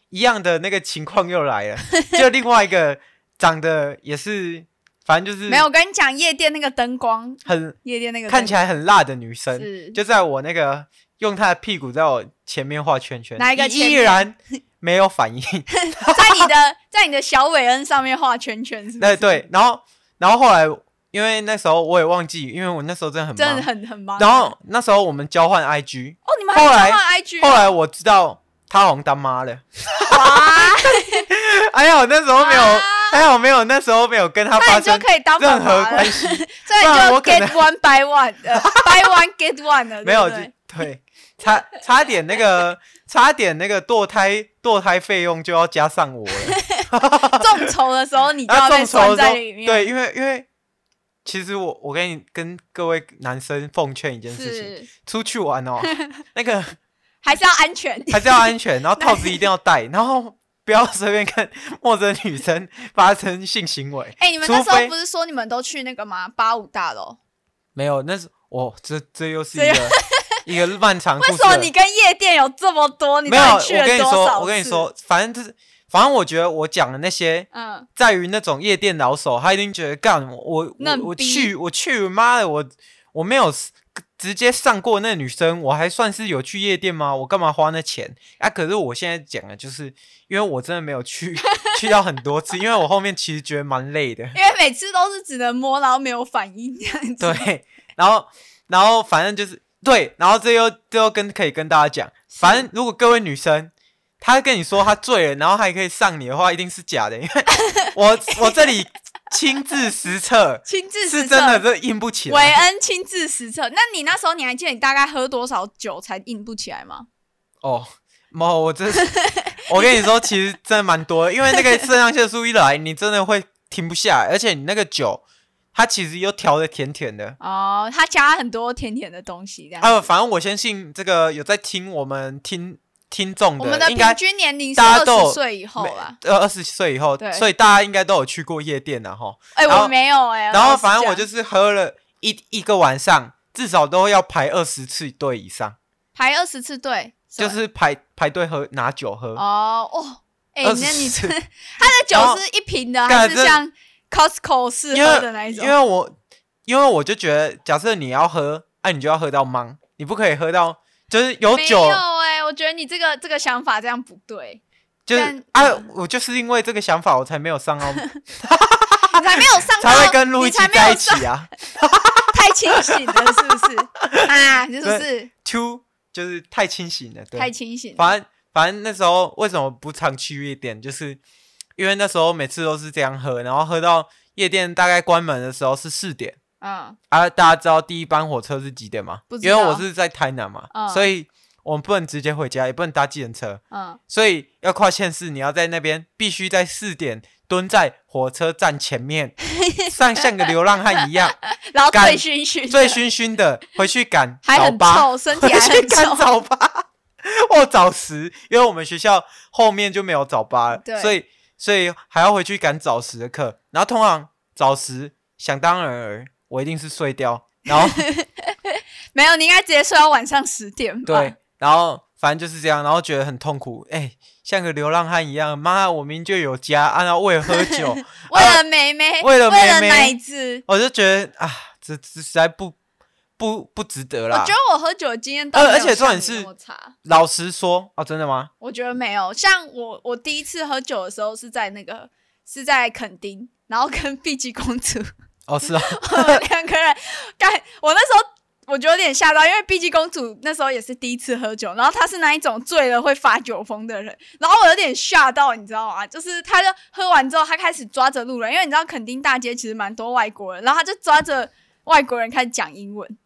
[SPEAKER 1] 一样的那个情况又来了， 就另外一个长得也是，反正就是
[SPEAKER 2] 没有，我跟你讲，夜店那个灯光，
[SPEAKER 1] 很
[SPEAKER 2] 夜店那个
[SPEAKER 1] 看起
[SPEAKER 2] 来
[SPEAKER 1] 来很辣的女生，
[SPEAKER 2] 是
[SPEAKER 1] 就在我那个用她的屁股在我前面画圈圈，
[SPEAKER 2] 哪一个前
[SPEAKER 1] 依
[SPEAKER 2] 面
[SPEAKER 1] 然没有反 应。
[SPEAKER 2] 在你的在你的小韦恩上面画圈圈，是不
[SPEAKER 1] 那
[SPEAKER 2] 是？
[SPEAKER 1] 对，然后然后后来因为那时候我也忘记，因为我那时候真的很
[SPEAKER 2] 真
[SPEAKER 1] 忙，
[SPEAKER 2] 的很很忙。
[SPEAKER 1] 然后那时候我们交换 IG，
[SPEAKER 2] 哦，你们还有
[SPEAKER 1] 后来
[SPEAKER 2] 交换 IG，
[SPEAKER 1] 后来我知道她好像当妈了。
[SPEAKER 2] 哇，
[SPEAKER 1] 哎呀，我那时候没有，
[SPEAKER 2] 啊
[SPEAKER 1] 还好没有，那时候没有跟她
[SPEAKER 2] 那
[SPEAKER 1] 发
[SPEAKER 2] 你就
[SPEAKER 1] 生
[SPEAKER 2] 可以当爸
[SPEAKER 1] 任何
[SPEAKER 2] 爸
[SPEAKER 1] 关
[SPEAKER 2] 了，
[SPEAKER 1] 系，
[SPEAKER 2] 所以
[SPEAKER 1] 不然
[SPEAKER 2] 就
[SPEAKER 1] 我可
[SPEAKER 2] get
[SPEAKER 1] 能
[SPEAKER 2] one by one，呃，buy one get one 了，
[SPEAKER 1] 没有
[SPEAKER 2] 啊对不
[SPEAKER 1] 就
[SPEAKER 2] 对
[SPEAKER 1] 对，差差点那个， 差点那个堕胎堕胎费用就要加上我 了，
[SPEAKER 2] 众筹的时候你就
[SPEAKER 1] 那
[SPEAKER 2] 要被
[SPEAKER 1] 啊众筹的时
[SPEAKER 2] 算在
[SPEAKER 1] 候，
[SPEAKER 2] 里面，
[SPEAKER 1] 对，，因为因为其实我我跟你跟各位男生奉劝一件事情，
[SPEAKER 2] 是
[SPEAKER 1] 出去玩 哦，那个
[SPEAKER 2] 还是要安全。
[SPEAKER 1] 还是要安全， 然后套子一定要戴，然后不要随便跟陌生女生发生性行为，
[SPEAKER 2] 哎，你们那时
[SPEAKER 1] 除
[SPEAKER 2] 候
[SPEAKER 1] 非嗯
[SPEAKER 2] 不是说你们都去那个吗？八五大楼，
[SPEAKER 1] 没有，那是哦，这这又是
[SPEAKER 2] 这
[SPEAKER 1] 一
[SPEAKER 2] 又
[SPEAKER 1] 个 一个漫长故
[SPEAKER 2] 为
[SPEAKER 1] 事了。
[SPEAKER 2] 什么你跟夜店有这么多？你
[SPEAKER 1] 没
[SPEAKER 2] 到
[SPEAKER 1] 有，
[SPEAKER 2] 底去
[SPEAKER 1] 我
[SPEAKER 2] 了
[SPEAKER 1] 跟你
[SPEAKER 2] 多少
[SPEAKER 1] 说，
[SPEAKER 2] 次
[SPEAKER 1] 我跟你，说，反正就是，反正我觉得我讲的那些，
[SPEAKER 2] 嗯，
[SPEAKER 1] 在于那种夜店老手，他一定觉得干我我
[SPEAKER 2] 嫩
[SPEAKER 1] 我
[SPEAKER 2] 逼
[SPEAKER 1] 去我去妈的我我没有 s- 直接上过那女生，我还算是有去夜店吗？我干嘛花那钱啊？可是我现在讲的就是，因为我真的没有去 去到很多次，因为我后面其实觉得蛮累的，
[SPEAKER 2] 因为每次都是只能摸，然后没有反应这样子。
[SPEAKER 1] 对，然后然后反正就是对，然后这又这又跟可以跟大家讲，反正如果各位女生。她跟你说她醉了，然后还可以上你的话，一定是假的， 因为我我这里亲自实测，
[SPEAKER 2] 亲自
[SPEAKER 1] 是
[SPEAKER 2] 实
[SPEAKER 1] 真的，
[SPEAKER 2] 测。
[SPEAKER 1] 这硬不起
[SPEAKER 2] 韦
[SPEAKER 1] 来。
[SPEAKER 2] 恩亲自实测，那你那时候你还记得你大概喝多少酒才硬不起来吗？
[SPEAKER 1] 哦，猫，我真是，我跟你说，其实真的蛮多的，因为那个肾上腺素一来，你真的会停不下来，而且你那个酒，它其实又调的甜甜的。
[SPEAKER 2] 哦，他加很多甜甜的东西，这样。
[SPEAKER 1] 啊，反正我相信这个有在听我们听听众
[SPEAKER 2] 我们的
[SPEAKER 1] 应
[SPEAKER 2] 平
[SPEAKER 1] 该
[SPEAKER 2] 均年龄是
[SPEAKER 1] 大家
[SPEAKER 2] 二
[SPEAKER 1] 都有
[SPEAKER 2] 十岁以后
[SPEAKER 1] 没
[SPEAKER 2] 啦。
[SPEAKER 1] 呃，二十岁以后
[SPEAKER 2] 对，
[SPEAKER 1] 所以大家应该都有去过夜店了哈。
[SPEAKER 2] 哎、
[SPEAKER 1] 然
[SPEAKER 2] 我
[SPEAKER 1] 后
[SPEAKER 2] 没有哎、
[SPEAKER 1] 然
[SPEAKER 2] 老
[SPEAKER 1] 后
[SPEAKER 2] 实
[SPEAKER 1] 反正我
[SPEAKER 2] 讲
[SPEAKER 1] 就是喝了一一个晚上，至少都要排二十次队以上，
[SPEAKER 2] 排二十次队，
[SPEAKER 1] 就是排排队喝拿酒喝。
[SPEAKER 2] 哦哦，哎、
[SPEAKER 1] 20
[SPEAKER 2] 那你
[SPEAKER 1] 次
[SPEAKER 2] 这他的酒是一瓶的，
[SPEAKER 1] 干
[SPEAKER 2] 还是
[SPEAKER 1] 这
[SPEAKER 2] 像 Costco 试
[SPEAKER 1] 因
[SPEAKER 2] 喝
[SPEAKER 1] 为
[SPEAKER 2] 的那一种
[SPEAKER 1] 因？为我因为我就觉得，假设你要喝，哎、你就要喝到忙，你不可以喝到就是有
[SPEAKER 2] 没
[SPEAKER 1] 酒，
[SPEAKER 2] 有哎、我觉得你这个这个想法这样不 对，
[SPEAKER 1] 就是啊
[SPEAKER 2] 但，
[SPEAKER 1] 我就是因为这个想法，我才没有上 澳，
[SPEAKER 2] 你才没有上到，
[SPEAKER 1] 才会跟路易
[SPEAKER 2] 哦你
[SPEAKER 1] 吉
[SPEAKER 2] 才没
[SPEAKER 1] 在一
[SPEAKER 2] 有上
[SPEAKER 1] 起啊。
[SPEAKER 2] 太清醒了，是 不是？啊，是不是
[SPEAKER 1] Two 就是太清醒了，对
[SPEAKER 2] 太，清醒了？
[SPEAKER 1] 反正反正那时候为什么不常去夜店，就是因为那时候每次都是这样喝，然后喝到夜店大概关门的时候是四点
[SPEAKER 2] 嗯，
[SPEAKER 1] 啊。大家知道第一班火车是几点吗
[SPEAKER 2] 不？知
[SPEAKER 1] 因
[SPEAKER 2] 道
[SPEAKER 1] 为我是在台南嘛，
[SPEAKER 2] 嗯
[SPEAKER 1] 所以我们不能直接回家，也不能搭计程车，
[SPEAKER 2] 嗯，
[SPEAKER 1] 所以要跨县市，你要在那边必须在四点蹲在火车站前 面，像像个流浪汉一样，
[SPEAKER 2] 然后
[SPEAKER 1] 干
[SPEAKER 2] 醉醺醺的，
[SPEAKER 1] 醉醺醺的回去赶
[SPEAKER 2] 还
[SPEAKER 1] 早
[SPEAKER 2] 很
[SPEAKER 1] 八。
[SPEAKER 2] 臭，身体 还
[SPEAKER 1] 去
[SPEAKER 2] 很
[SPEAKER 1] 赶
[SPEAKER 2] 臭。
[SPEAKER 1] 早八 或早十，因为我们学校后面就没有早八了，
[SPEAKER 2] 对
[SPEAKER 1] 所以所以还要回去赶早十的课。然后通常早十想当然而我一定是睡掉， 然后
[SPEAKER 2] 没有，你应该直接睡到晚上十点吧？
[SPEAKER 1] 对，，然后反正就是这样，然后觉得很痛苦，哎、像个流浪汉一样，妈，我明明就有家，啊，然后为了喝 酒，
[SPEAKER 2] 为了妹妹，
[SPEAKER 1] 为了妹妹
[SPEAKER 2] 奶子。
[SPEAKER 1] 我就觉得啊，这这实在不不不值得
[SPEAKER 2] 我
[SPEAKER 1] 啦
[SPEAKER 2] 觉。得我喝酒的经验倒
[SPEAKER 1] 呃
[SPEAKER 2] 没有
[SPEAKER 1] 而且重点
[SPEAKER 2] 像你
[SPEAKER 1] 是
[SPEAKER 2] 那么差，
[SPEAKER 1] 老实说，哦，真的吗？
[SPEAKER 2] 我觉得没有。像我，我第一次喝酒的时候是在那个是在垦丁，然后跟 碧姬公主，
[SPEAKER 1] 哦，是 啊，
[SPEAKER 2] 我们两个人干。我那时候我就有点吓到，因为碧姬公主那时候也是第一次喝酒，然后她是那一种醉了会发酒疯的人，然后我有点吓到，你知道吗？就是她就喝完之后，她开始抓着路人，因为你知道垦丁大街其实蛮多外国人，然后她就抓着外国人开始讲英文。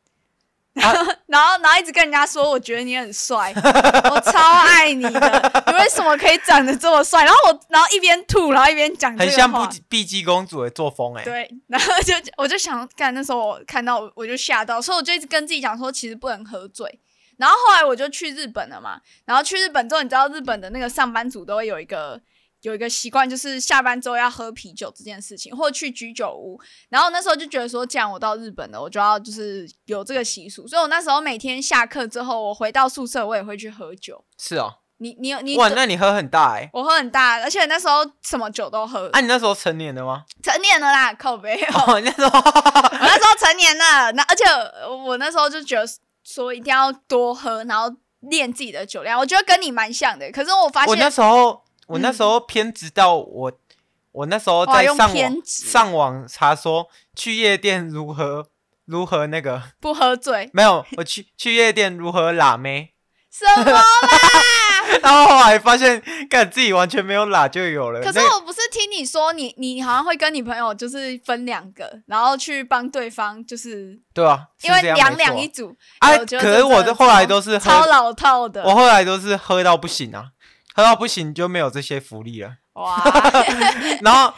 [SPEAKER 2] 然后，然后，然后一直跟人家说，我觉得你很帅，我超爱你的，你为什么可以长得这么帅？然后我，然后一边吐，然后一边讲这
[SPEAKER 1] 很
[SPEAKER 2] 个
[SPEAKER 1] 像
[SPEAKER 2] 话
[SPEAKER 1] 不碧姬公主的作风、哎，
[SPEAKER 2] 对， 然后就我就想，干那时候我看到我我就吓到，所以我就一直跟自己讲说，其实不能喝醉。然后后来我就去日本了嘛，然后去日本之后，你知道日本的那个上班族都会有一个有一个习惯，就是下班之后要喝啤酒这件事情，或去居酒屋。然后那时候就觉得说，既然我到日本了，我就要就是有这个习俗，所以我那时候每天下课之后，我回到宿舍我也会去喝酒。
[SPEAKER 1] 是哦，
[SPEAKER 2] 你你有你
[SPEAKER 1] 哇，
[SPEAKER 2] 懂
[SPEAKER 1] 那你喝很大哎、
[SPEAKER 2] 我喝很大，而且那时候什么酒都喝，
[SPEAKER 1] 啊，你那时候成年了吗？
[SPEAKER 2] 成年了啦，靠背、哦。
[SPEAKER 1] 哦，你那时候
[SPEAKER 2] 我那时候成年了，那而且我那时候就觉得说一定要多喝，然后练自己的酒量。我觉得跟你蛮像的，可是我发
[SPEAKER 1] 我那
[SPEAKER 2] 现
[SPEAKER 1] 时候我那
[SPEAKER 2] 嗯
[SPEAKER 1] 时候偏执到我，我那时候
[SPEAKER 2] 哇
[SPEAKER 1] 在
[SPEAKER 2] 用
[SPEAKER 1] 上网
[SPEAKER 2] 偏执
[SPEAKER 1] 上网查说去夜店如何如何那个
[SPEAKER 2] 不喝醉，
[SPEAKER 1] 没有，我去去夜店如何拉妹，
[SPEAKER 2] 什么啦？
[SPEAKER 1] 然后后来发现，干自己完全没有拉就有了。
[SPEAKER 2] 可是
[SPEAKER 1] 那个
[SPEAKER 2] 我不是听你说你你好像会跟你朋友就是分两个，然后去帮对方，就是
[SPEAKER 1] 对啊，是
[SPEAKER 2] 因为
[SPEAKER 1] 这样没
[SPEAKER 2] 两
[SPEAKER 1] 错
[SPEAKER 2] 两一组。
[SPEAKER 1] 啊，
[SPEAKER 2] 我觉得
[SPEAKER 1] 可
[SPEAKER 2] 这
[SPEAKER 1] 是我
[SPEAKER 2] 真的
[SPEAKER 1] 的后来
[SPEAKER 2] 超
[SPEAKER 1] 都是
[SPEAKER 2] 超
[SPEAKER 1] 喝，
[SPEAKER 2] 老套的
[SPEAKER 1] 我后来都是喝到不行啊，喝到不行就没有这些福利了。
[SPEAKER 2] 哇！
[SPEAKER 1] 然后，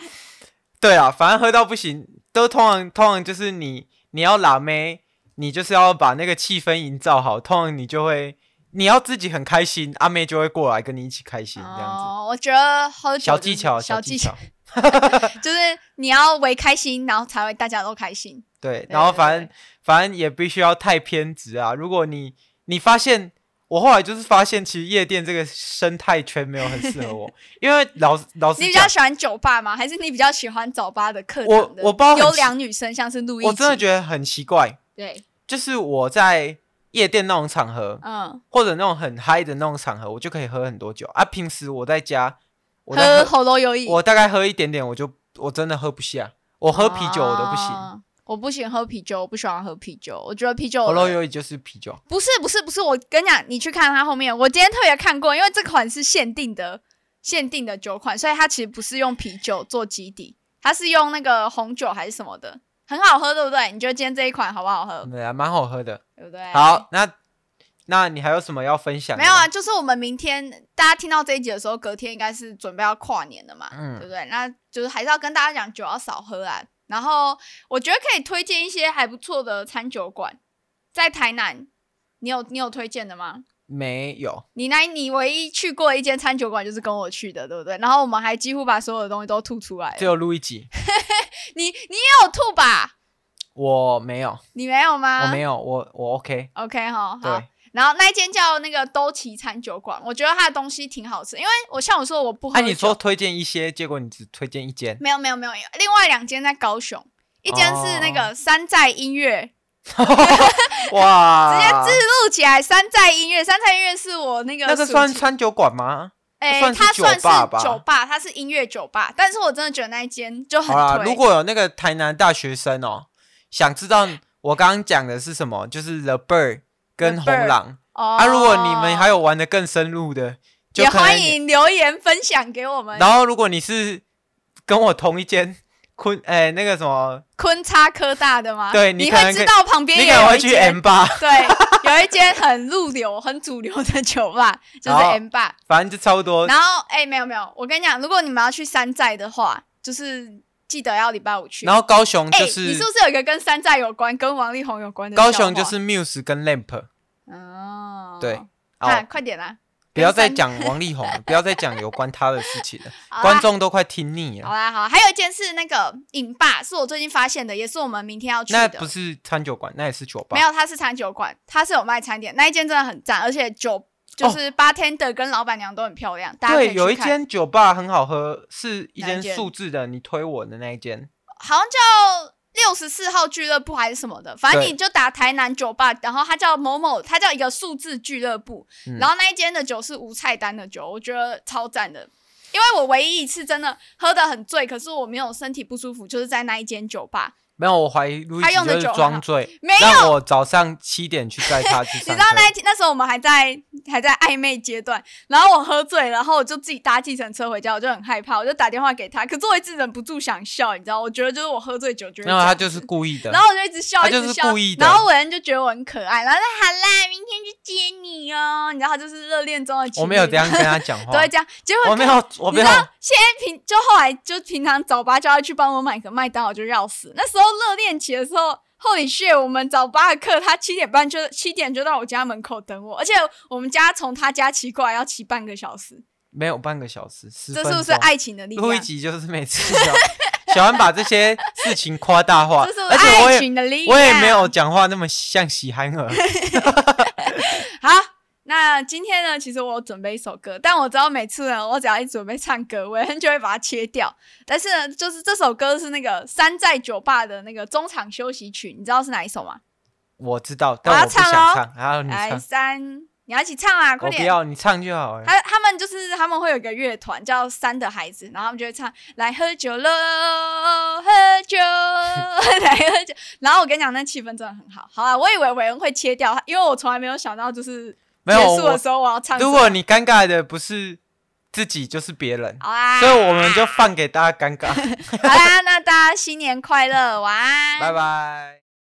[SPEAKER 1] 对啊，反正喝到不行，都通常通常就是你你要拉妹，你就是要把那个气氛营造好，通常你就会你要自己很开心，阿妹就会过来跟你一起开心 这样子。
[SPEAKER 2] 哦，我觉得喝酒
[SPEAKER 1] 小
[SPEAKER 2] 就是
[SPEAKER 1] 技巧，
[SPEAKER 2] 小
[SPEAKER 1] 技
[SPEAKER 2] 技
[SPEAKER 1] 巧，
[SPEAKER 2] 就是你要为开心，然后才会大家都开心。
[SPEAKER 1] 对。
[SPEAKER 2] 对
[SPEAKER 1] 然后
[SPEAKER 2] 对
[SPEAKER 1] 反正反正也必须要太偏执啊！如果你你发现我后来就是发现，其实夜店这个生态圈没有很适合我，因为老老师
[SPEAKER 2] 你比较喜欢酒吧吗？还是你比较喜欢早八的课堂
[SPEAKER 1] 我
[SPEAKER 2] 的
[SPEAKER 1] 我不知道很
[SPEAKER 2] 优良女生，像是陆毅，
[SPEAKER 1] 我真的觉得很奇怪，
[SPEAKER 2] 对，
[SPEAKER 1] 就是我在夜店那种场合，
[SPEAKER 2] 嗯，
[SPEAKER 1] 或者那种很嗨的那种场合，我就可以喝很多酒啊。平时我在家，我在
[SPEAKER 2] 喝
[SPEAKER 1] 喝
[SPEAKER 2] 喉咙有瘾，
[SPEAKER 1] 我大概喝一点点，我就我真的喝不下，我喝啤酒我都不行。
[SPEAKER 2] 啊我不行喝啤酒，我不喜欢喝啤酒，我觉得啤酒
[SPEAKER 1] 喉咙有瘾就是啤酒，
[SPEAKER 2] 不是不是不是，我跟你讲，你去看它后面，我今天特别看过，因为这款是限定的，限定的酒款，所以它其实不是用啤酒做基底，它是用那个红酒还是什么的，很好喝，对不对？你觉得今天这一款好不好喝？
[SPEAKER 1] 对啊，蛮好喝的。
[SPEAKER 2] 对不对？
[SPEAKER 1] 好，那那你还有什么要分享？
[SPEAKER 2] 没有啊，，就是我们明天大家听到这一集的时候，隔天应该是准备要跨年了嘛，
[SPEAKER 1] 嗯
[SPEAKER 2] 对不对？那就是还是要跟大家讲酒要少喝啊。然后我觉得可以推荐一些还不错的餐酒馆，在台南，你有你有推荐的吗？
[SPEAKER 1] 没有。
[SPEAKER 2] 你那你唯一去过一间餐酒馆就是跟我去的，对不对？然后我们还几乎把所有的东西都吐出来
[SPEAKER 1] 只
[SPEAKER 2] 了。
[SPEAKER 1] 有录一集，
[SPEAKER 2] 你你也有吐吧？
[SPEAKER 1] 我没有，
[SPEAKER 2] 你没有吗？
[SPEAKER 1] 我没有，我我 OK。
[SPEAKER 2] OK 哈，啊好
[SPEAKER 1] 对。，
[SPEAKER 2] 然后那一间叫那个兜奇餐酒馆，我觉得它的东西挺好吃，因为我像我说我不喝
[SPEAKER 1] 那
[SPEAKER 2] 酒。
[SPEAKER 1] 你说推荐一些，结果你只推荐一间，
[SPEAKER 2] 没有没有没有，另外两间在高雄，一间是那
[SPEAKER 1] 哦
[SPEAKER 2] 个山寨音乐，直接
[SPEAKER 1] 哇，
[SPEAKER 2] 自录起来。山寨音乐，山寨音乐是我那个
[SPEAKER 1] 啊那个
[SPEAKER 2] 暑
[SPEAKER 1] 算
[SPEAKER 2] 期
[SPEAKER 1] 餐酒馆吗？
[SPEAKER 2] 哎、
[SPEAKER 1] 算是
[SPEAKER 2] 它
[SPEAKER 1] 酒
[SPEAKER 2] 算是
[SPEAKER 1] 吧吧
[SPEAKER 2] 酒吧，它是音乐酒吧，但是我真的觉得那一间就很
[SPEAKER 1] 好啦，
[SPEAKER 2] 推。
[SPEAKER 1] 如果有那个台南大学生哦，想知道我刚刚讲的是什么，就是 The Bird 跟
[SPEAKER 2] The
[SPEAKER 1] 红狼
[SPEAKER 2] 哦、
[SPEAKER 1] 啊。如果你们还有玩的更深入的，就
[SPEAKER 2] 也
[SPEAKER 1] 可能
[SPEAKER 2] 欢迎留言分享给我们。
[SPEAKER 1] 然后，如果你是跟我同一间昆，哎、那个什么，
[SPEAKER 2] 昆差科大的吗？
[SPEAKER 1] 对
[SPEAKER 2] 你
[SPEAKER 1] 你可能
[SPEAKER 2] 会知道旁边
[SPEAKER 1] 你
[SPEAKER 2] 也
[SPEAKER 1] 可能
[SPEAKER 2] 有
[SPEAKER 1] 会
[SPEAKER 2] 一
[SPEAKER 1] 去
[SPEAKER 2] 间
[SPEAKER 1] M 八，
[SPEAKER 2] 对，有一间很入流、很主流的酒吧，就是
[SPEAKER 1] 好
[SPEAKER 2] M 吧。
[SPEAKER 1] 反正就差不多。
[SPEAKER 2] 然后，哎、没有没有，我跟你讲，如果你们要去山寨的话，就是记得要礼拜五去。
[SPEAKER 1] 然后高雄
[SPEAKER 2] 哎、
[SPEAKER 1] 就是,、
[SPEAKER 2] 你是不是有一个跟山寨有关、跟王力宏有关的笑话？
[SPEAKER 1] 高雄就是 Muse 跟 Lamp，
[SPEAKER 2] 哦，
[SPEAKER 1] 对，
[SPEAKER 2] 看、
[SPEAKER 1] 哦，
[SPEAKER 2] 快点啦！
[SPEAKER 1] 不要再
[SPEAKER 2] 山
[SPEAKER 1] 讲王力 宏了，不要再讲有关他的事情了，
[SPEAKER 2] 好啦哦
[SPEAKER 1] 观众都快听腻
[SPEAKER 2] 好
[SPEAKER 1] 了。
[SPEAKER 2] 啦，好，还有一件是那个影吧，是我最近发现的，也是我们明天要去
[SPEAKER 1] 那
[SPEAKER 2] 的。
[SPEAKER 1] 不是餐酒馆，那也是酒吧
[SPEAKER 2] 没。有，它是餐酒馆，它是有卖餐点，那一间真的很赞，而且酒就是 bartender 跟老板娘都很漂亮，大家可以
[SPEAKER 1] 哦对，
[SPEAKER 2] 去
[SPEAKER 1] 有一
[SPEAKER 2] 看
[SPEAKER 1] 间酒吧很好喝，是一
[SPEAKER 2] 哪一
[SPEAKER 1] 间
[SPEAKER 2] 间
[SPEAKER 1] 数字的，你推我的那一间。
[SPEAKER 2] 好像叫六十四号俱乐部还是什么的，反正
[SPEAKER 1] 对
[SPEAKER 2] 你就打台南酒吧，然后它叫某某，它叫一个数字俱乐部，
[SPEAKER 1] 嗯
[SPEAKER 2] 然后那一间的酒是无菜单的酒，我觉得超赞的。因为我唯一一次真的喝得很醉，可是我没有身体不舒服，就是在那一间酒吧。
[SPEAKER 1] 没有，我怀疑路易
[SPEAKER 2] 他用
[SPEAKER 1] 斯
[SPEAKER 2] 的
[SPEAKER 1] 就是
[SPEAKER 2] 酒很
[SPEAKER 1] 装
[SPEAKER 2] 好
[SPEAKER 1] 醉，
[SPEAKER 2] 没有
[SPEAKER 1] 让我早上七点去载他 去
[SPEAKER 2] 你
[SPEAKER 1] 上
[SPEAKER 2] 知道
[SPEAKER 1] 课
[SPEAKER 2] 那一天那时候我们还在还在暧昧阶段，然后我喝醉，然后我就自己搭计程车回家，我就很害怕，我就打电话给他，可是我一直忍不住想笑，你知道，我觉得就是我喝醉酒就会这
[SPEAKER 1] 没有，
[SPEAKER 2] 样
[SPEAKER 1] 他就是故意的。
[SPEAKER 2] 然后我就一直笑，
[SPEAKER 1] 他
[SPEAKER 2] 一
[SPEAKER 1] 就
[SPEAKER 2] 直
[SPEAKER 1] 是
[SPEAKER 2] 笑，
[SPEAKER 1] 故意的
[SPEAKER 2] 然后伟恩就觉得我很可爱，然后说好啦，明天去接你哦。你知道他就是热恋中的情侣，
[SPEAKER 1] 我没有这样跟他讲话，
[SPEAKER 2] 都会这样。结果
[SPEAKER 1] 我没有，我
[SPEAKER 2] 你
[SPEAKER 1] 没
[SPEAKER 2] 知
[SPEAKER 1] 有，
[SPEAKER 2] 道现在平就后来就平常早八叫他去帮我买个麦当劳就要死。那时候热恋期的时候，Holy shit！我们早八的课，他七点半就七点就到我家门口等我，而且我们家从他家骑过来要骑半个小时，
[SPEAKER 1] 没有半个小时，十
[SPEAKER 2] 这
[SPEAKER 1] 分钟。
[SPEAKER 2] 是不是爱啊情的力
[SPEAKER 1] 录一
[SPEAKER 2] 量？
[SPEAKER 1] 集就是每次 小小安把这些事情夸大化，
[SPEAKER 2] 这是
[SPEAKER 1] 而且我
[SPEAKER 2] 爱
[SPEAKER 1] 也
[SPEAKER 2] 情啊的力量。
[SPEAKER 1] 我也没有讲话那么像喜憨儿，
[SPEAKER 2] 好，那今天呢，其实我有准备一首歌，但我知道每次呢，我只要一准备唱歌，韦恩就会把它切掉。但是呢，就是这首歌是那个山寨酒吧的那个中场休息曲，你知道是哪一首吗？
[SPEAKER 1] 我知道，
[SPEAKER 2] 我
[SPEAKER 1] 但
[SPEAKER 2] 要
[SPEAKER 1] 我不想
[SPEAKER 2] 唱咯
[SPEAKER 1] 唱，然后嗯你
[SPEAKER 2] 来
[SPEAKER 1] 唱，
[SPEAKER 2] 三，你要一起唱啊，快
[SPEAKER 1] 我不
[SPEAKER 2] 点！
[SPEAKER 1] 要，你唱就好了。
[SPEAKER 2] 他他们就是他们会有一个乐团叫三的孩子，然后他们就会唱来喝酒喽，喝 酒，来喝酒。然后我跟你讲，那气氛真的很好。好啊，我以为韦恩会切掉，因为我从来没有想到就是
[SPEAKER 1] 没
[SPEAKER 2] 结
[SPEAKER 1] 有，
[SPEAKER 2] 束的
[SPEAKER 1] 我
[SPEAKER 2] 时候我要唱什么。
[SPEAKER 1] 如果你尴尬的不是自己就是别人，
[SPEAKER 2] 好啊，
[SPEAKER 1] 所以我们就放给大家尴尬。
[SPEAKER 2] 好啦，那大家新年快乐，晚安，
[SPEAKER 1] 拜。拜。